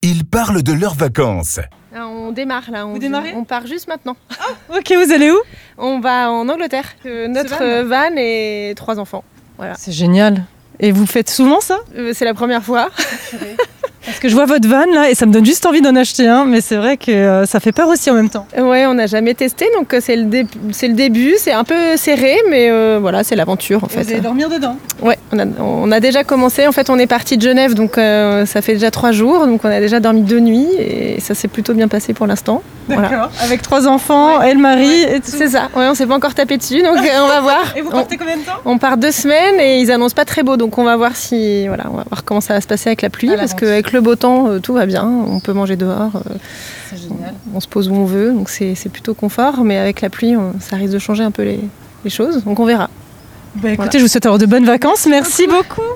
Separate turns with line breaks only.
Ils parlent de leurs vacances.
Ah, On démarre là. On,
Vous démarrez
on part juste maintenant.
Ok, vous allez où
On va en Angleterre. Euh, notre
van
euh, van et trois enfants.
Ah, C'est génial. Et vous faites souvent ça
Euh, C'est la première fois.
Parce que je vois votre van là et ça me donne juste envie d'en acheter un, mais c'est vrai que euh, ça fait peur aussi en même temps.
Euh, Ouais, on n'a jamais testé, donc euh, c'est le, dé- c'est le début. C'est un peu serré, mais euh, voilà, c'est l'aventure en
Vous allez
fait.
dormir dedans.
Ouais, on a, on a déjà commencé. En fait, on est parti de Genève, donc euh, ça fait déjà trois jours. Donc on a déjà dormi deux nuits et ça s'est plutôt bien passé pour l'instant. Voilà.
Avec trois enfants, elle, Marie et tout. Oh.
C'est ça. Ouais, on s'est pas encore tapé dessus, donc euh, on va voir.
Et vous
On-
partez combien de temps
On part deux semaines et ils annoncent pas très beau, donc on va voir si voilà, on va voir comment ça va se passer avec la pluie,
À
parce
l'avance.
qu'avec le beau temps, euh, tout va bien. On peut manger dehors, euh,
C'est génial.
on se pose où on veut, donc c'est c'est plutôt confort. Mais avec la pluie, on- ça risque de changer un peu les, les choses, donc on verra.
Bah écoutez, je vous souhaite alors de bonnes vacances. Merci beaucoup.